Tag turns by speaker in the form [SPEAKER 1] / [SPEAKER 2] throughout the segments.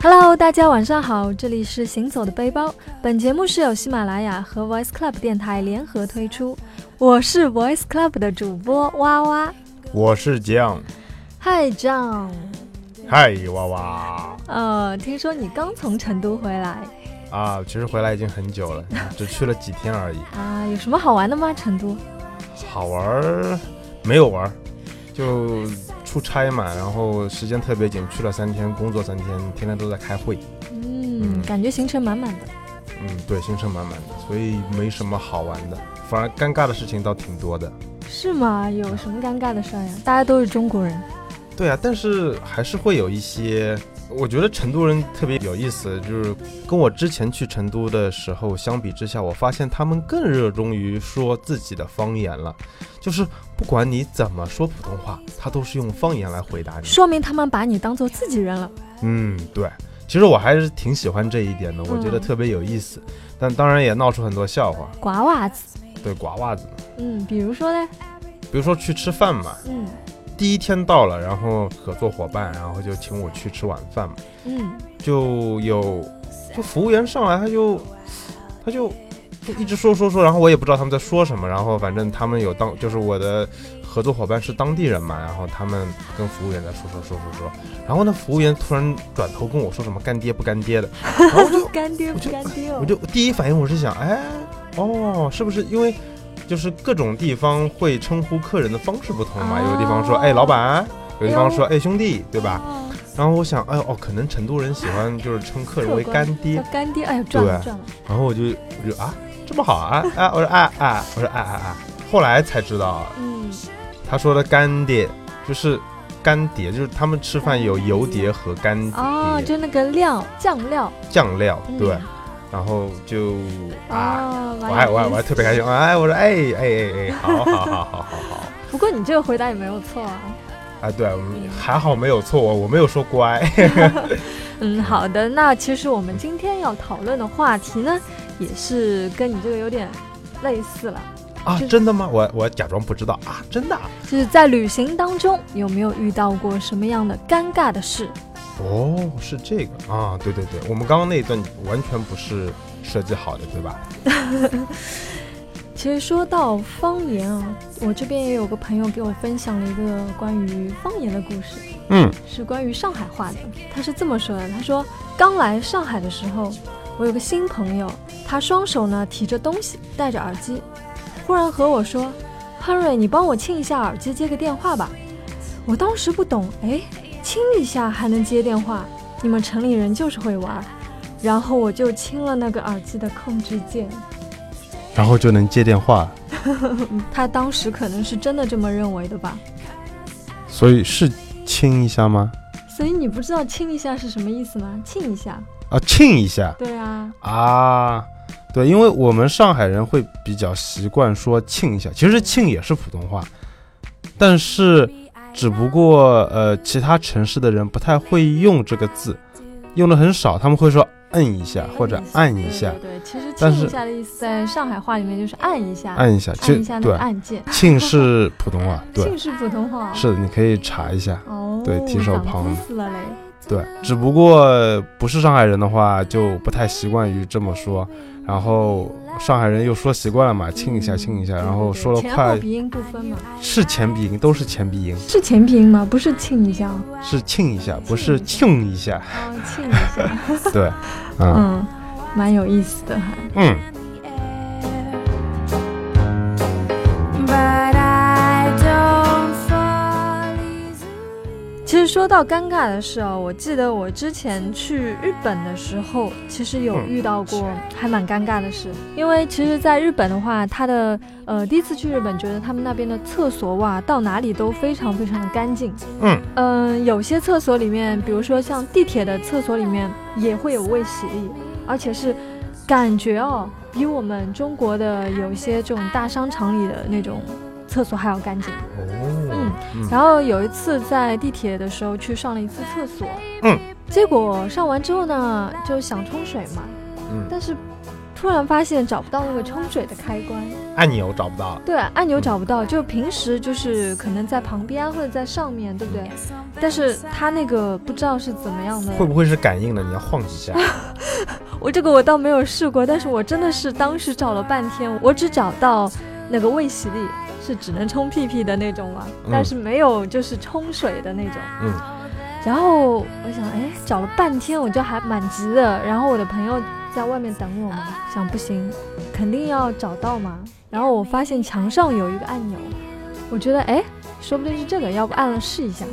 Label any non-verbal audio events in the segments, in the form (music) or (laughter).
[SPEAKER 1] Hello，大家晚上好，这里是行走的背包。本节目是由喜马拉雅和 Voice Club 电台联合推出，我是 Voice Club 的主播哇哇。
[SPEAKER 2] 我是杰昂，
[SPEAKER 1] 嗨，John，
[SPEAKER 2] 嗨，娃娃
[SPEAKER 1] 呃，听说你刚从成都回来
[SPEAKER 2] 啊！其实回来已经很久了，只去了几天而已。
[SPEAKER 1] 啊？有什么好玩的吗？成都？
[SPEAKER 2] 好玩儿没有玩儿，就出差嘛，然后时间特别紧，去了三天，工作三天，天天都在开会。
[SPEAKER 1] 嗯，
[SPEAKER 2] 嗯
[SPEAKER 1] 感觉行程满满的。
[SPEAKER 2] 嗯，对，行程满满的，所以没什么好玩的，反而尴尬的事情倒挺多的。
[SPEAKER 1] 是吗？有什么尴尬的事儿呀？大家都是中国人。
[SPEAKER 2] 对啊，但是还是会有一些，我觉得成都人特别有意思，就是跟我之前去成都的时候相比之下，我发现他们更热衷于说自己的方言了，就是不管你怎么说普通话，他都是用方言来回答你。
[SPEAKER 1] 说明他们把你当做自己人了。
[SPEAKER 2] 嗯，对，其实我还是挺喜欢这一点的，我觉得
[SPEAKER 1] 嗯
[SPEAKER 2] 特别有意思，但当然也闹出很多笑话，
[SPEAKER 1] 瓜娃子，
[SPEAKER 2] 对，瓜娃子。
[SPEAKER 1] 嗯，比如说呢，
[SPEAKER 2] 比如说去吃饭嘛，
[SPEAKER 1] 嗯
[SPEAKER 2] 第一天到了，然后合作伙伴，然后就请我去吃晚饭嘛。
[SPEAKER 1] 嗯，
[SPEAKER 2] 就有就服务员上来，他就他就就一直说说说，然后我也不知道他们在说什么，然后反正他们有当就是我的合作伙伴是当地人嘛，然后他们跟服务员在说说说说说，然后那服务员突然转头跟我说什么干爹不干爹的，然后我就
[SPEAKER 1] (laughs) 干爹不
[SPEAKER 2] 我就
[SPEAKER 1] 干爹哦
[SPEAKER 2] 我就第一反应我是想，哎，哦，是不是因为就是各种地方会称呼客人的方式不同嘛？
[SPEAKER 1] 哦
[SPEAKER 2] 有的地方说，哎，老板。有的地方说，哎，兄弟，对吧？
[SPEAKER 1] 哦
[SPEAKER 2] 然后我想，哎呦，哦，可能成都人喜欢就是称客人为干爹
[SPEAKER 1] 叫，干爹，哎呦，赚了
[SPEAKER 2] 对
[SPEAKER 1] 赚了，
[SPEAKER 2] 然后我就我就啊，这么好啊啊！我说啊啊，我说啊啊啊！后来才知道，
[SPEAKER 1] 嗯，
[SPEAKER 2] 他说的干爹就是干碟，就是他们吃饭有油碟和干碟、
[SPEAKER 1] 哦，就那个料酱料，
[SPEAKER 2] 酱料，
[SPEAKER 1] 嗯
[SPEAKER 2] 对，然后就啊，
[SPEAKER 1] 哦，
[SPEAKER 2] 我还我还我
[SPEAKER 1] 完
[SPEAKER 2] 还
[SPEAKER 1] 了
[SPEAKER 2] 特别开心，哎，我说哎哎哎哎，好好好好好好。
[SPEAKER 1] (laughs) 不过你这个回答也没有错啊。
[SPEAKER 2] 啊，对，还好没有错，我没有说
[SPEAKER 1] (laughs)
[SPEAKER 2] 乖。
[SPEAKER 1] 嗯，好的，那其实我们今天要讨论的话题呢，也是跟你这个有点类似了，
[SPEAKER 2] 啊
[SPEAKER 1] 就，
[SPEAKER 2] 真的吗？我我假装不知道啊，真的啊、
[SPEAKER 1] 就是在旅行当中有没有遇到过什么样的尴尬的事？
[SPEAKER 2] 哦，是这个啊，对对对，我们刚刚那一段完全不是设计好的，对吧？
[SPEAKER 1] 其实说到方言啊，我这边也有个朋友给我分享了一个关于方言的故事，
[SPEAKER 2] 嗯，
[SPEAKER 1] 是关于上海话的。他是这么说的：他说刚来上海的时候，我有个新朋友，他双手呢提着东西，戴着耳机，忽然和我说：“Henry，你帮我亲一下耳机，接个电话吧。”我当时不懂，哎，亲一下还能接电话？你们城里人就是会玩儿。然后我就亲了那个耳机的控制键。
[SPEAKER 2] 然后就能接电话，
[SPEAKER 1] 他当时可能是真的这么认为的吧，
[SPEAKER 2] 所以是亲一下吗？
[SPEAKER 1] 所以你不知道亲一下是什么意思吗？亲一下，
[SPEAKER 2] 啊，亲一下
[SPEAKER 1] 对啊，
[SPEAKER 2] 啊，对，因为我们上海人会比较习惯说亲一下，其实亲也是普通话，但是只不过呃，其他城市的人不太会用这个字，用的很少，他们会说摁一下或者按一下
[SPEAKER 1] 嗯对，对对，其实
[SPEAKER 2] 但
[SPEAKER 1] 亲
[SPEAKER 2] 是
[SPEAKER 1] 一下的意思在上海话里面就是按一下，
[SPEAKER 2] 按一下，
[SPEAKER 1] 按
[SPEAKER 2] 其
[SPEAKER 1] 一
[SPEAKER 2] 实
[SPEAKER 1] 下那
[SPEAKER 2] 对
[SPEAKER 1] 个，按键，
[SPEAKER 2] 庆是普通话，对，
[SPEAKER 1] 庆是普通话，
[SPEAKER 2] 是的，你可以查一下。
[SPEAKER 1] 哦，
[SPEAKER 2] 对提手旁
[SPEAKER 1] 长知识了嘞，嗯
[SPEAKER 2] 对，只不过不是上海人的话，就不太习惯于这么说。然后上海人又说习惯了嘛，亲一下，亲一下，然后说了
[SPEAKER 1] 嗯前后
[SPEAKER 2] 快
[SPEAKER 1] 鼻音不分嘛，
[SPEAKER 2] 是前鼻音，都是前鼻音，
[SPEAKER 1] 是前鼻音吗？不是亲一下， (laughs)
[SPEAKER 2] 是亲一下，不是庆一下。
[SPEAKER 1] 哦，亲哦一下，
[SPEAKER 2] 对，嗯
[SPEAKER 1] 嗯，蛮有意思的哈。
[SPEAKER 2] 嗯，
[SPEAKER 3] But I don't fall easily.
[SPEAKER 1] 其实说到尴尬的事哦，我记得我之前去日本的时候，其实有
[SPEAKER 2] 嗯
[SPEAKER 1] 遇到过还蛮尴尬的事，因为其实，在日本的话，它的呃第一次去日本，觉得他们那边的厕所哇，到哪里都非常非常的干净。
[SPEAKER 2] 嗯
[SPEAKER 1] 嗯、有些厕所里面，比如说像地铁的厕所里面也会有卫洗力，而且是感觉哦，比我们中国的有一些这种大商场里的那种厕所还要干净。
[SPEAKER 2] 哦，嗯
[SPEAKER 1] 然后有一次在地铁的时候去上了一次厕所，
[SPEAKER 2] 嗯，
[SPEAKER 1] 结果上完之后呢，就想冲水嘛，
[SPEAKER 2] 嗯
[SPEAKER 1] 但是突然发现找不到那个冲水的开关，
[SPEAKER 2] 按钮找不到了，
[SPEAKER 1] 对，按钮找不到，就平时就是可能在旁边啊或者在上面，对不对？但是它那个不知道是怎么样的，
[SPEAKER 2] 嗯会不会是感应的？你要晃几
[SPEAKER 1] (laughs)
[SPEAKER 2] 下，
[SPEAKER 1] 我这个我倒没有试过，但是我真的是当时找了半天，我只找到那个卫洗力是只能冲屁屁的那种嘛，
[SPEAKER 2] 嗯
[SPEAKER 1] 但是没有就是冲水的那种。
[SPEAKER 2] 嗯。
[SPEAKER 1] 然后我想，哎，找了半天，我就还蛮急的。然后我的朋友在外面等我嘛，想不行，肯定要找到嘛。然后我发现墙上有一个按钮，我觉得哎，说不定是这个，要不按了试一下。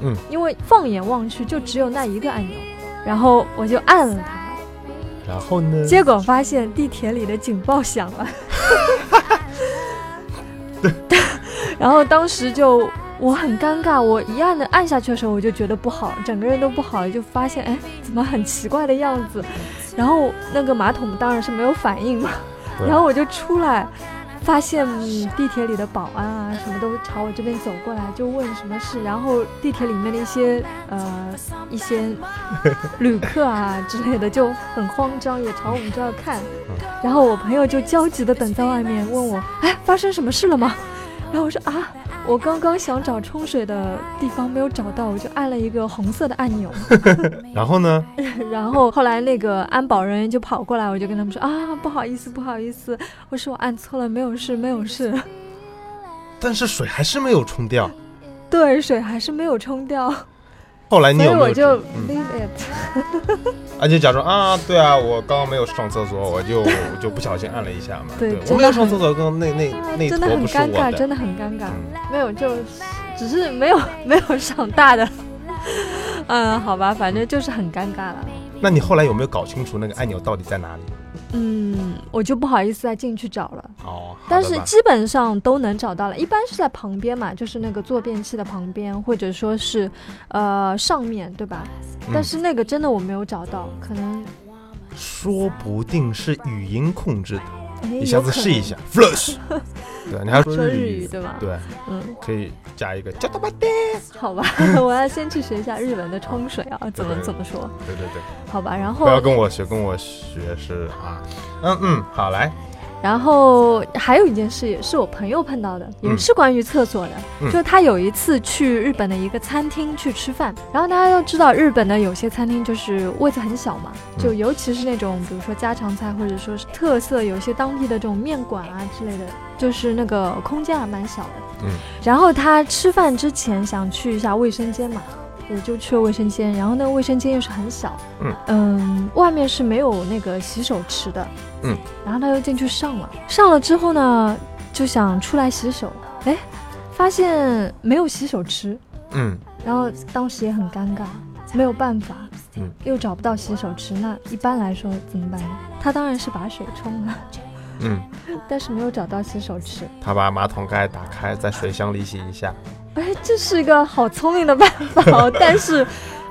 [SPEAKER 2] 嗯，
[SPEAKER 1] 因为放眼望去就只有那一个按钮，然后我就按了它。
[SPEAKER 2] 然后呢？
[SPEAKER 1] 结果发现地铁里的警报响了， (laughs) 然后当时就我很尴尬，我一按的按下去的时候，我就觉得不好，整个人都不好，就发现哎怎么很奇怪的样子，然后那个马桶当然是没有反应嘛，
[SPEAKER 2] 对
[SPEAKER 1] 然后我就出来。发现嗯地铁里的保安啊，什么都朝我这边走过来，就问什么事。然后地铁里面的一些呃一些
[SPEAKER 2] (laughs)
[SPEAKER 1] 旅客啊之类的就很慌张，也朝我们这儿看
[SPEAKER 2] 嗯。
[SPEAKER 1] 然后我朋友就焦急的等在外面，问我：“哎，发生什么事了吗？”然后我说：“啊，我刚刚想找冲水的地方没有找到，我就按了一个红色的按钮。
[SPEAKER 2] 然后呢？
[SPEAKER 1] 然后后来那个安保人员就跑过来，我就跟他们说：啊，不好意思，不好意思，我说我按错了，没有事，没有事。
[SPEAKER 2] 嗯但是水还是没有冲掉。
[SPEAKER 1] (laughs) 对，水还是没有冲掉，
[SPEAKER 2] 后来你
[SPEAKER 1] 所以
[SPEAKER 2] 有没
[SPEAKER 1] 我
[SPEAKER 2] 有
[SPEAKER 1] 就
[SPEAKER 2] 冲？嗯，
[SPEAKER 1] leave it。
[SPEAKER 2] 而且假装啊，对啊，我刚刚没有上厕所，
[SPEAKER 1] (laughs)
[SPEAKER 2] 我就我就不小心按了一下嘛。
[SPEAKER 1] 对
[SPEAKER 2] 对，
[SPEAKER 1] 真的
[SPEAKER 2] 我没有上厕所，刚刚那那那
[SPEAKER 1] 真的
[SPEAKER 2] 坨
[SPEAKER 1] 很
[SPEAKER 2] 不是
[SPEAKER 1] 尴
[SPEAKER 2] 我
[SPEAKER 1] 尬，
[SPEAKER 2] 的。
[SPEAKER 1] 真的很尴尬。
[SPEAKER 2] 嗯
[SPEAKER 1] 没有，就只是没有没有长大的。嗯，好吧，反正就是很尴尬了。
[SPEAKER 2] 那你后来有没有搞清楚那个按钮到底在哪里？
[SPEAKER 1] 嗯，我就不好意思再进去找了，
[SPEAKER 2] 哦，好的
[SPEAKER 1] 但是
[SPEAKER 2] 吧
[SPEAKER 1] 基本上都能找到了，一般是在旁边嘛，就是那个坐便器的旁边，或者说是呃上面对吧？但是那个真的我没有找到，可能
[SPEAKER 2] 嗯、说不定是语音控制的，
[SPEAKER 1] 哎，
[SPEAKER 2] 你下
[SPEAKER 1] 有
[SPEAKER 2] 次
[SPEAKER 1] 可
[SPEAKER 2] 试一
[SPEAKER 1] 能
[SPEAKER 2] 下。Flush，
[SPEAKER 1] (laughs)
[SPEAKER 2] 对，你还说
[SPEAKER 1] 说
[SPEAKER 2] 日
[SPEAKER 1] 日语对吧？
[SPEAKER 2] 对，
[SPEAKER 1] 嗯，
[SPEAKER 2] 可以加一个加多巴对
[SPEAKER 1] 好吧， (laughs) 我要先去学一下日文的冲水啊，怎么
[SPEAKER 2] 对
[SPEAKER 1] 怎么说？
[SPEAKER 2] 对对，
[SPEAKER 1] 好吧，然后
[SPEAKER 2] 不要跟我学，跟我学是啊，嗯嗯，好来，
[SPEAKER 1] 然后还有一件事也是我朋友碰到的，也
[SPEAKER 2] 嗯
[SPEAKER 1] 是关于厕所的，
[SPEAKER 2] 嗯
[SPEAKER 1] 就是他有一次去日本的一个餐厅去吃饭，然后大家都知道日本的有些餐厅就是位子很小嘛，
[SPEAKER 2] 嗯
[SPEAKER 1] 就尤其是那种比如说家常菜或者说是特色，有些当地的这种面馆啊之类的，就是那个空间还蛮小的。
[SPEAKER 2] 嗯，
[SPEAKER 1] 然后他吃饭之前想去一下卫生间嘛，我就去了卫生间，然后那个卫生间又是很小，
[SPEAKER 2] 嗯
[SPEAKER 1] 嗯外面是没有那个洗手池的，
[SPEAKER 2] 嗯，
[SPEAKER 1] 然后他又进去上了，上了之后呢，就想出来洗手，哎，发现没有洗手池，
[SPEAKER 2] 嗯，
[SPEAKER 1] 然后当时也很尴尬，没有办法，
[SPEAKER 2] 嗯
[SPEAKER 1] 又找不到洗手池，那一般来说怎么办呢？他当然是把水冲了， (laughs)
[SPEAKER 2] 嗯，
[SPEAKER 1] 但是没有找到洗手池，
[SPEAKER 2] 他把马桶盖打开，在水箱里洗一下。
[SPEAKER 1] 哎，这是一个好聪明的办法哦，但是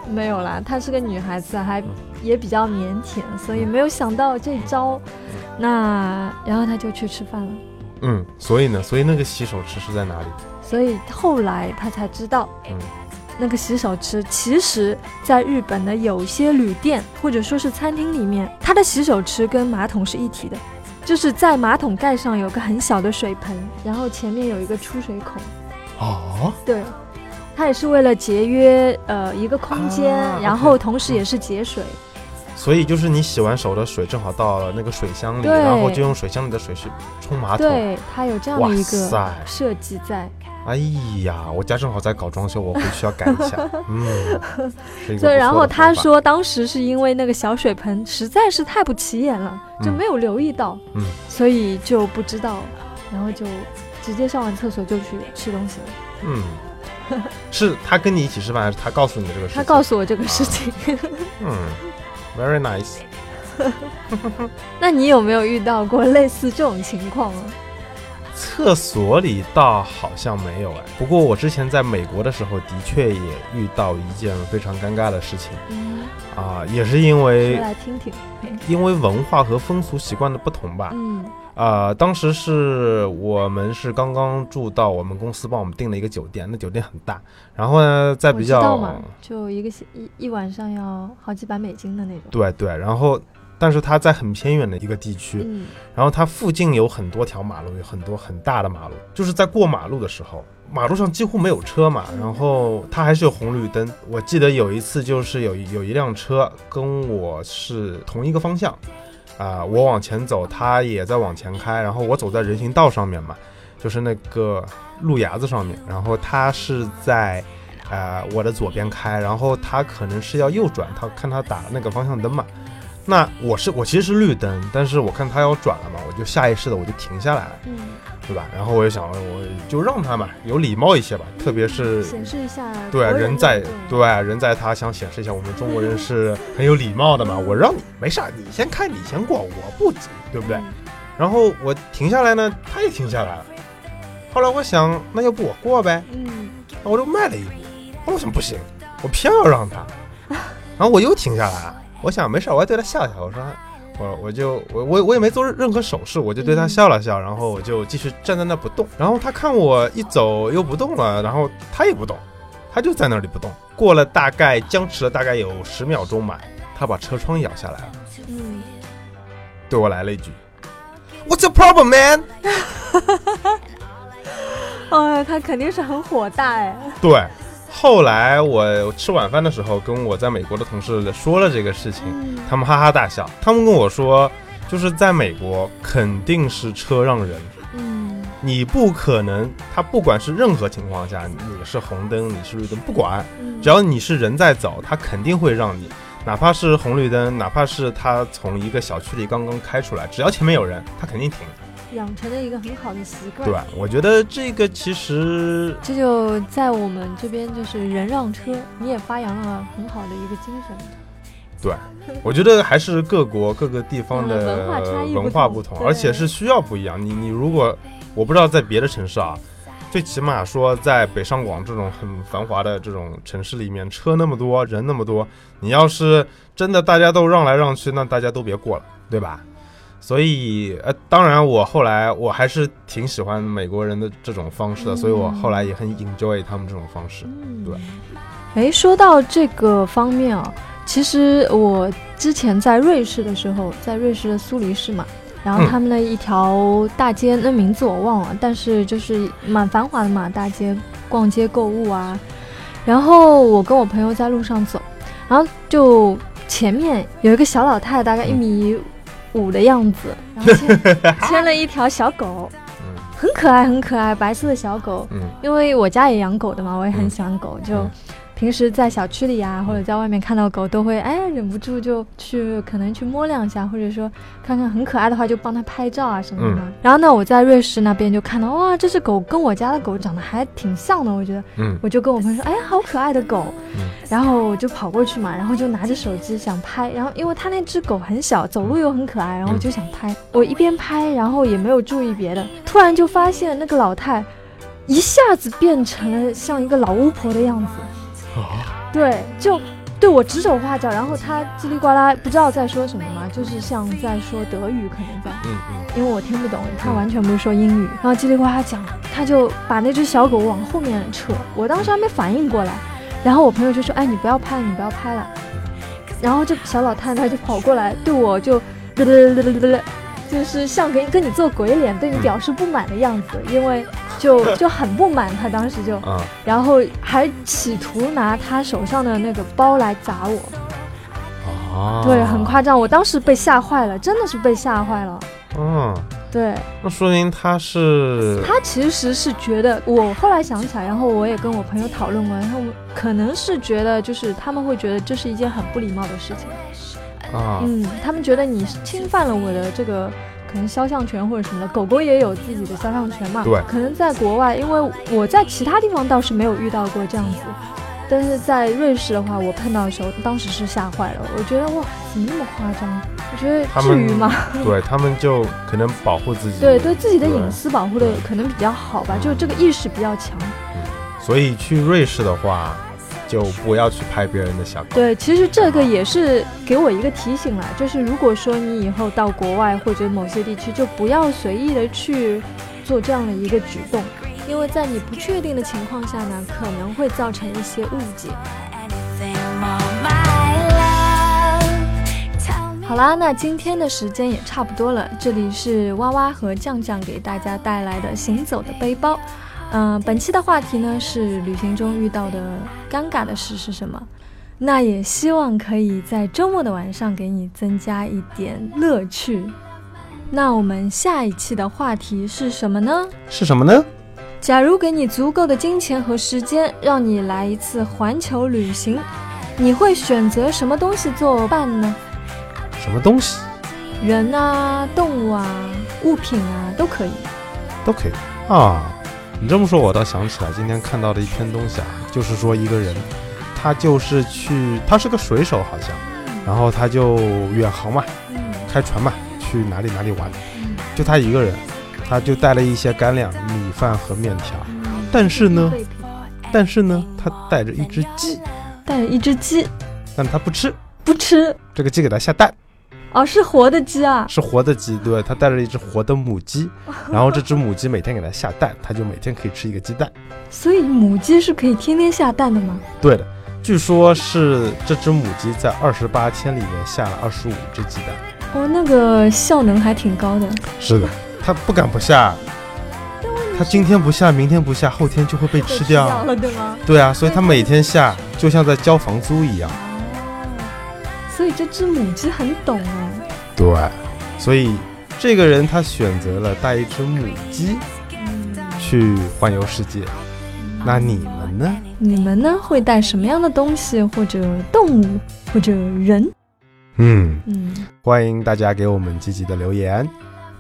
[SPEAKER 1] 没有啦，她是个女孩子，还也比较腼腆，所以没有想到这招。那然后她就去吃饭了，
[SPEAKER 2] 嗯，所以呢，所以那个洗手池是在哪里？
[SPEAKER 1] 所以后来她才知道，哎
[SPEAKER 2] 嗯
[SPEAKER 1] 那个洗手池其实在日本的有些旅店或者说是餐厅里面，它的洗手池跟马桶是一体的。就是在马桶盖上有个很小的水盆，然后前面有一个出水孔，
[SPEAKER 2] 哦，
[SPEAKER 1] 对，它也是为了节约呃一个空间，
[SPEAKER 2] 啊
[SPEAKER 1] 然
[SPEAKER 2] OK，
[SPEAKER 1] 后同时也是节水。
[SPEAKER 2] 所以就是你洗完手的水正好到了那个水箱里，
[SPEAKER 1] 对
[SPEAKER 2] 然后就用水箱里的水去冲马桶。
[SPEAKER 1] 对，它有这样的
[SPEAKER 2] 哇
[SPEAKER 1] 一个
[SPEAKER 2] 塞！
[SPEAKER 1] 设计在，
[SPEAKER 2] 哎呀，我家正好在搞装修，我回去要改一下。
[SPEAKER 1] (laughs)
[SPEAKER 2] 嗯，是一个
[SPEAKER 1] 对。
[SPEAKER 2] 不
[SPEAKER 1] 然
[SPEAKER 2] 错
[SPEAKER 1] 后
[SPEAKER 2] 的
[SPEAKER 1] 他
[SPEAKER 2] 方法，
[SPEAKER 1] 说，当时是因为那个小水盆实在是太不起眼了，就
[SPEAKER 2] 嗯
[SPEAKER 1] 没有留意到，
[SPEAKER 2] 嗯
[SPEAKER 1] 所以就不知道，然后就直接上完厕所就去吃东西了。
[SPEAKER 2] 嗯，是他跟你一起吃饭，还是他告诉你这个事情？
[SPEAKER 1] 他告诉我这个事情。
[SPEAKER 2] 嗯，very nice。
[SPEAKER 1] (laughs) 那你有没有遇到过类似这种情况啊？
[SPEAKER 2] 厕所里倒好像没有哎，不过我之前在美国的时候，的确也遇到一件非常尴尬的事情
[SPEAKER 1] 嗯，
[SPEAKER 2] 啊、也是因
[SPEAKER 1] 说
[SPEAKER 2] 为
[SPEAKER 1] 来听听。
[SPEAKER 2] 因为文化和风俗习惯的不同吧。
[SPEAKER 1] 嗯
[SPEAKER 2] 啊，当时是我们是刚刚住到我们公司帮我们订了一个酒店，那酒店很大，然后呢，在
[SPEAKER 1] 我
[SPEAKER 2] 比
[SPEAKER 1] 知道
[SPEAKER 2] 较
[SPEAKER 1] 嘛，就一个星一一晚上要好几百美金的那种。
[SPEAKER 2] 对对，然后但是它在很偏远的一个地区，
[SPEAKER 1] 嗯
[SPEAKER 2] 然后它附近有很多条马路，有很多很大的马路，就是在过马路的时候，马路上几乎没有车嘛，然后它还是有红绿灯。我记得有一次就是有一有一辆车跟我是同一个方向，啊、我往前走，它也在往前开，然后我走在人行道上面嘛，就是那个路牙子上面，然后它是在。啊、我的左边开，然后它可能是要右转，它看它打那个方向灯嘛，那我是我其实是绿灯，但是我看他要转了嘛，我就下意识的我就停下来了，
[SPEAKER 1] 嗯，
[SPEAKER 2] 对吧？然后我就想，我就让他嘛，有礼貌一些吧，特别是
[SPEAKER 1] 嗯显示一下
[SPEAKER 2] 对
[SPEAKER 1] 国
[SPEAKER 2] 人
[SPEAKER 1] 的
[SPEAKER 2] 在
[SPEAKER 1] 这种
[SPEAKER 2] 对人在他想显示一下我们中国人是很有礼貌的嘛，我让你没事儿，你先开，你先过，我不急，对不对？
[SPEAKER 1] 嗯
[SPEAKER 2] 然后我停下来呢，他也停下来了。后来我想，那要不我过呗，
[SPEAKER 1] 嗯
[SPEAKER 2] 那我就迈了一步。后来我想不行，我偏要让他，然后我又停下来了。我想没事儿，我还对他笑笑。我说我我就我我我也没做任何手势，我就对他笑了笑，然后我就继续站在那不动。然后他看我一走又不动了，然后他也不动，他就在那里不动。过了大概僵持了大概有十秒钟吧，他把车窗摇下来了，
[SPEAKER 1] 嗯，
[SPEAKER 2] 对我来了一句：“What's your problem, man？” (laughs)
[SPEAKER 1] 哎呀，他肯定是很火大哎，
[SPEAKER 2] 对，后来我吃晚饭的时候，跟我在美国的同事说了这个事情，
[SPEAKER 1] 嗯
[SPEAKER 2] 他们哈哈大笑。他们跟我说，就是在美国肯定是车让人，
[SPEAKER 1] 嗯
[SPEAKER 2] 你不可能，他不管是任何情况下，你是红灯，你是绿灯，不管，
[SPEAKER 1] 嗯，
[SPEAKER 2] 只要你是人在走，他肯定会让你。哪怕是红绿灯，哪怕是他从一个小区里刚刚开出来，只要前面有人，他肯定停，
[SPEAKER 1] 养成了一个很好的习惯，
[SPEAKER 2] 对吧？我觉得这个其实
[SPEAKER 1] 这就在我们这边，就是人让车，你也发扬了很好的一个精神。
[SPEAKER 2] 我觉得还是各国各个地方
[SPEAKER 1] 嗯
[SPEAKER 2] 的
[SPEAKER 1] 文化差异不
[SPEAKER 2] 文化
[SPEAKER 1] 同
[SPEAKER 2] 不同，
[SPEAKER 1] 对
[SPEAKER 2] 而且是需要不一样。你你如果我不知道在别的城市啊，最起码说在北上广这种很繁华的这种城市里面，车那么多，人那么多，你要是真的大家都让来让去，那大家都别过了，对吧？所以呃，当然我后来我还是挺喜欢美国人的这种方式的，
[SPEAKER 1] 嗯
[SPEAKER 2] 所以我后来也很 enjoy 他们这种方式。
[SPEAKER 1] 嗯
[SPEAKER 2] 对。
[SPEAKER 1] 哎，说到这个方面啊，其实我之前在瑞士的时候，在瑞士的苏黎世嘛，然后
[SPEAKER 2] 嗯
[SPEAKER 1] 他们的一条大街，那名字我忘了，但是就是蛮繁华的嘛，大街逛街购物啊。然后我跟我朋友在路上走，然后就前面有一个小老太，大概
[SPEAKER 2] 嗯
[SPEAKER 1] 一米五的样子，然后
[SPEAKER 2] (laughs)
[SPEAKER 1] 牵牵了一条小狗，
[SPEAKER 2] 嗯
[SPEAKER 1] 很可爱，很可爱，白色的小狗。
[SPEAKER 2] 嗯
[SPEAKER 1] 因为我家也养狗的嘛，我也很
[SPEAKER 2] 嗯
[SPEAKER 1] 喜欢狗，就
[SPEAKER 2] 嗯
[SPEAKER 1] 平时在小区里啊，或者在外面看到狗，都会哎忍不住就去可能去摸两下，或者说看看很可爱的话就帮它拍照啊什么
[SPEAKER 2] 嗯
[SPEAKER 1] 的。然后呢，我在瑞士那边就看到哇，这只狗跟我家的狗长得还挺像的，我觉得
[SPEAKER 2] 嗯
[SPEAKER 1] 我就跟我朋友说，哎，好可爱的狗，
[SPEAKER 2] 嗯
[SPEAKER 1] 然后我就跑过去嘛，然后就拿着手机想拍，然后因为它那只狗很小，走路又很可爱，然后我就想拍，我一边拍，然后也没有注意别的，突然就发现那个老太一下子变成了像一个老巫婆的样子，
[SPEAKER 2] 啊
[SPEAKER 1] 对，就对我指手画脚，然后她叽里呱啦不知道在说什么嘛，就是像在说德语，可能在。
[SPEAKER 2] 嗯嗯
[SPEAKER 1] 因为我听不懂，他
[SPEAKER 2] 嗯
[SPEAKER 1] 完全不是说英语，然后叽里呱啦讲，他就把那只小狗往后面扯，我当时还没反应过来，然后我朋友就说：“哎，你不要拍了，你不要拍了。”然后这小老太太就跑过来对我就，嘚嘚嘚嘚嘚嘚，就是像跟跟你做鬼脸，对你表示不满的样子，因为就就很不满，她当时就，
[SPEAKER 2] 啊
[SPEAKER 1] 然后还企图拿她手上的那个包来砸我，
[SPEAKER 2] 啊！
[SPEAKER 1] 对，很夸张，我当时被吓坏了，真的是被吓坏了，
[SPEAKER 2] 嗯。
[SPEAKER 1] 对。
[SPEAKER 2] 那说明他是
[SPEAKER 1] 他其实是觉得，我后来想起来，然后我也跟我朋友讨论过，然后可能是觉得，就是他们会觉得这是一件很不礼貌的事情，
[SPEAKER 2] 啊，
[SPEAKER 1] 嗯，他们觉得你侵犯了我的这个可能肖像权或者什么的，狗狗也有自己的肖像权嘛，
[SPEAKER 2] 对
[SPEAKER 1] 可能在国外，因为我在其他地方倒是没有遇到过这样子，但是在瑞士的话，我碰到的时候，当时是吓坏了，我觉得哇，怎么那么夸张？我觉得
[SPEAKER 2] 他
[SPEAKER 1] 至
[SPEAKER 2] 们
[SPEAKER 1] 于吗？
[SPEAKER 2] 对他们就可能保护自己，
[SPEAKER 1] 对对自己的
[SPEAKER 2] 对嗯
[SPEAKER 1] 隐私保护的可能比较好吧，就这个意识比较强。
[SPEAKER 2] 所以去瑞士的话，就不要去拍别人的小狗。
[SPEAKER 1] 对，其实这个也是给我一个提醒啦，就是如果说你以后到国外或者某些地区，就不要随意的去做这样的一个举动，因为在你不确定的情况下呢，可能会造成一些误解。
[SPEAKER 3] anything more, my love. Tell me
[SPEAKER 1] 好啦，那今天的时间也差不多了。这里是哇哇和酱酱给大家带来的《行走的背包》。嗯、本期的话题呢是旅行中遇到的尴尬的事是什么？那也希望可以在周末的晚上给你增加一点乐趣。那我们下一期的话题是什么呢？
[SPEAKER 2] 是什么呢？
[SPEAKER 1] 假如给你足够的金钱和时间，让你来一次环球旅行，你会选择什么东西作伴呢？
[SPEAKER 2] 什么东西
[SPEAKER 1] 人啊、动物啊、物品啊都可以。
[SPEAKER 2] 都可以啊。你这么说，我倒想起来今天看到的一篇东西啊，就是说一个人，他就是去，他是个水手好像，然后他就远航嘛，
[SPEAKER 1] 嗯
[SPEAKER 2] 开船嘛，去哪里哪里玩，就他一个人，他就带了一些干粮、米饭和面条，但是呢，但是呢，他带着一只鸡，
[SPEAKER 1] 带着一只鸡，
[SPEAKER 2] 但他不吃，
[SPEAKER 1] 不吃
[SPEAKER 2] 这个鸡给他下蛋，
[SPEAKER 1] 哦，是活的鸡啊。
[SPEAKER 2] 是活的鸡，对，他带着一只活的母 (laughs) 鸡，然后这只母鸡每天给他下蛋，他就每天可以吃一个鸡蛋。
[SPEAKER 1] 所以母鸡是可以天天下蛋的吗？
[SPEAKER 2] 对的，据说是这只母鸡在二十八天里面下了二十五只鸡蛋。
[SPEAKER 1] 哦，那个效能还挺高的。
[SPEAKER 2] 是的，它不敢不下，它今天不下，明天不下，后天就会被吃掉。
[SPEAKER 1] 了，对吗？
[SPEAKER 2] 对啊，所以它每天下就像在交房租一样。
[SPEAKER 1] 所以这只母鸡很懂哦。
[SPEAKER 2] 对，所以这个人他选择了带一只母鸡去环游世界。那你们呢？
[SPEAKER 1] 你们呢会带什么样的东西，或者动物，或者人？
[SPEAKER 2] 嗯，
[SPEAKER 1] 嗯，
[SPEAKER 2] 欢迎大家给我们积极的留言。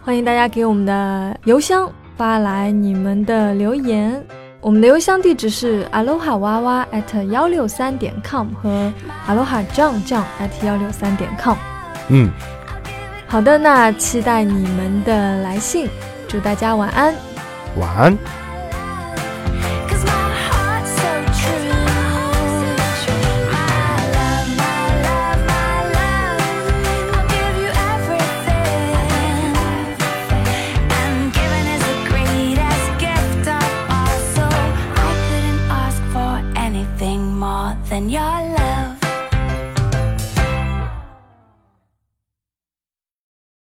[SPEAKER 1] 欢迎大家给我们的邮箱发来你们的留言。我们的邮箱地址是 aloha 哇哇 at 幺六三点 com 和 aloha 酱酱 at 幺六三点 com。
[SPEAKER 2] 嗯，
[SPEAKER 1] 好的，那期待你们的来信，祝大家晚安。
[SPEAKER 2] 晚安。
[SPEAKER 3] Cause my heart's so true. My love, my love, my love. I'll give you everything. And giving is the greatest gift of all. So I couldn't ask for anything more than your love.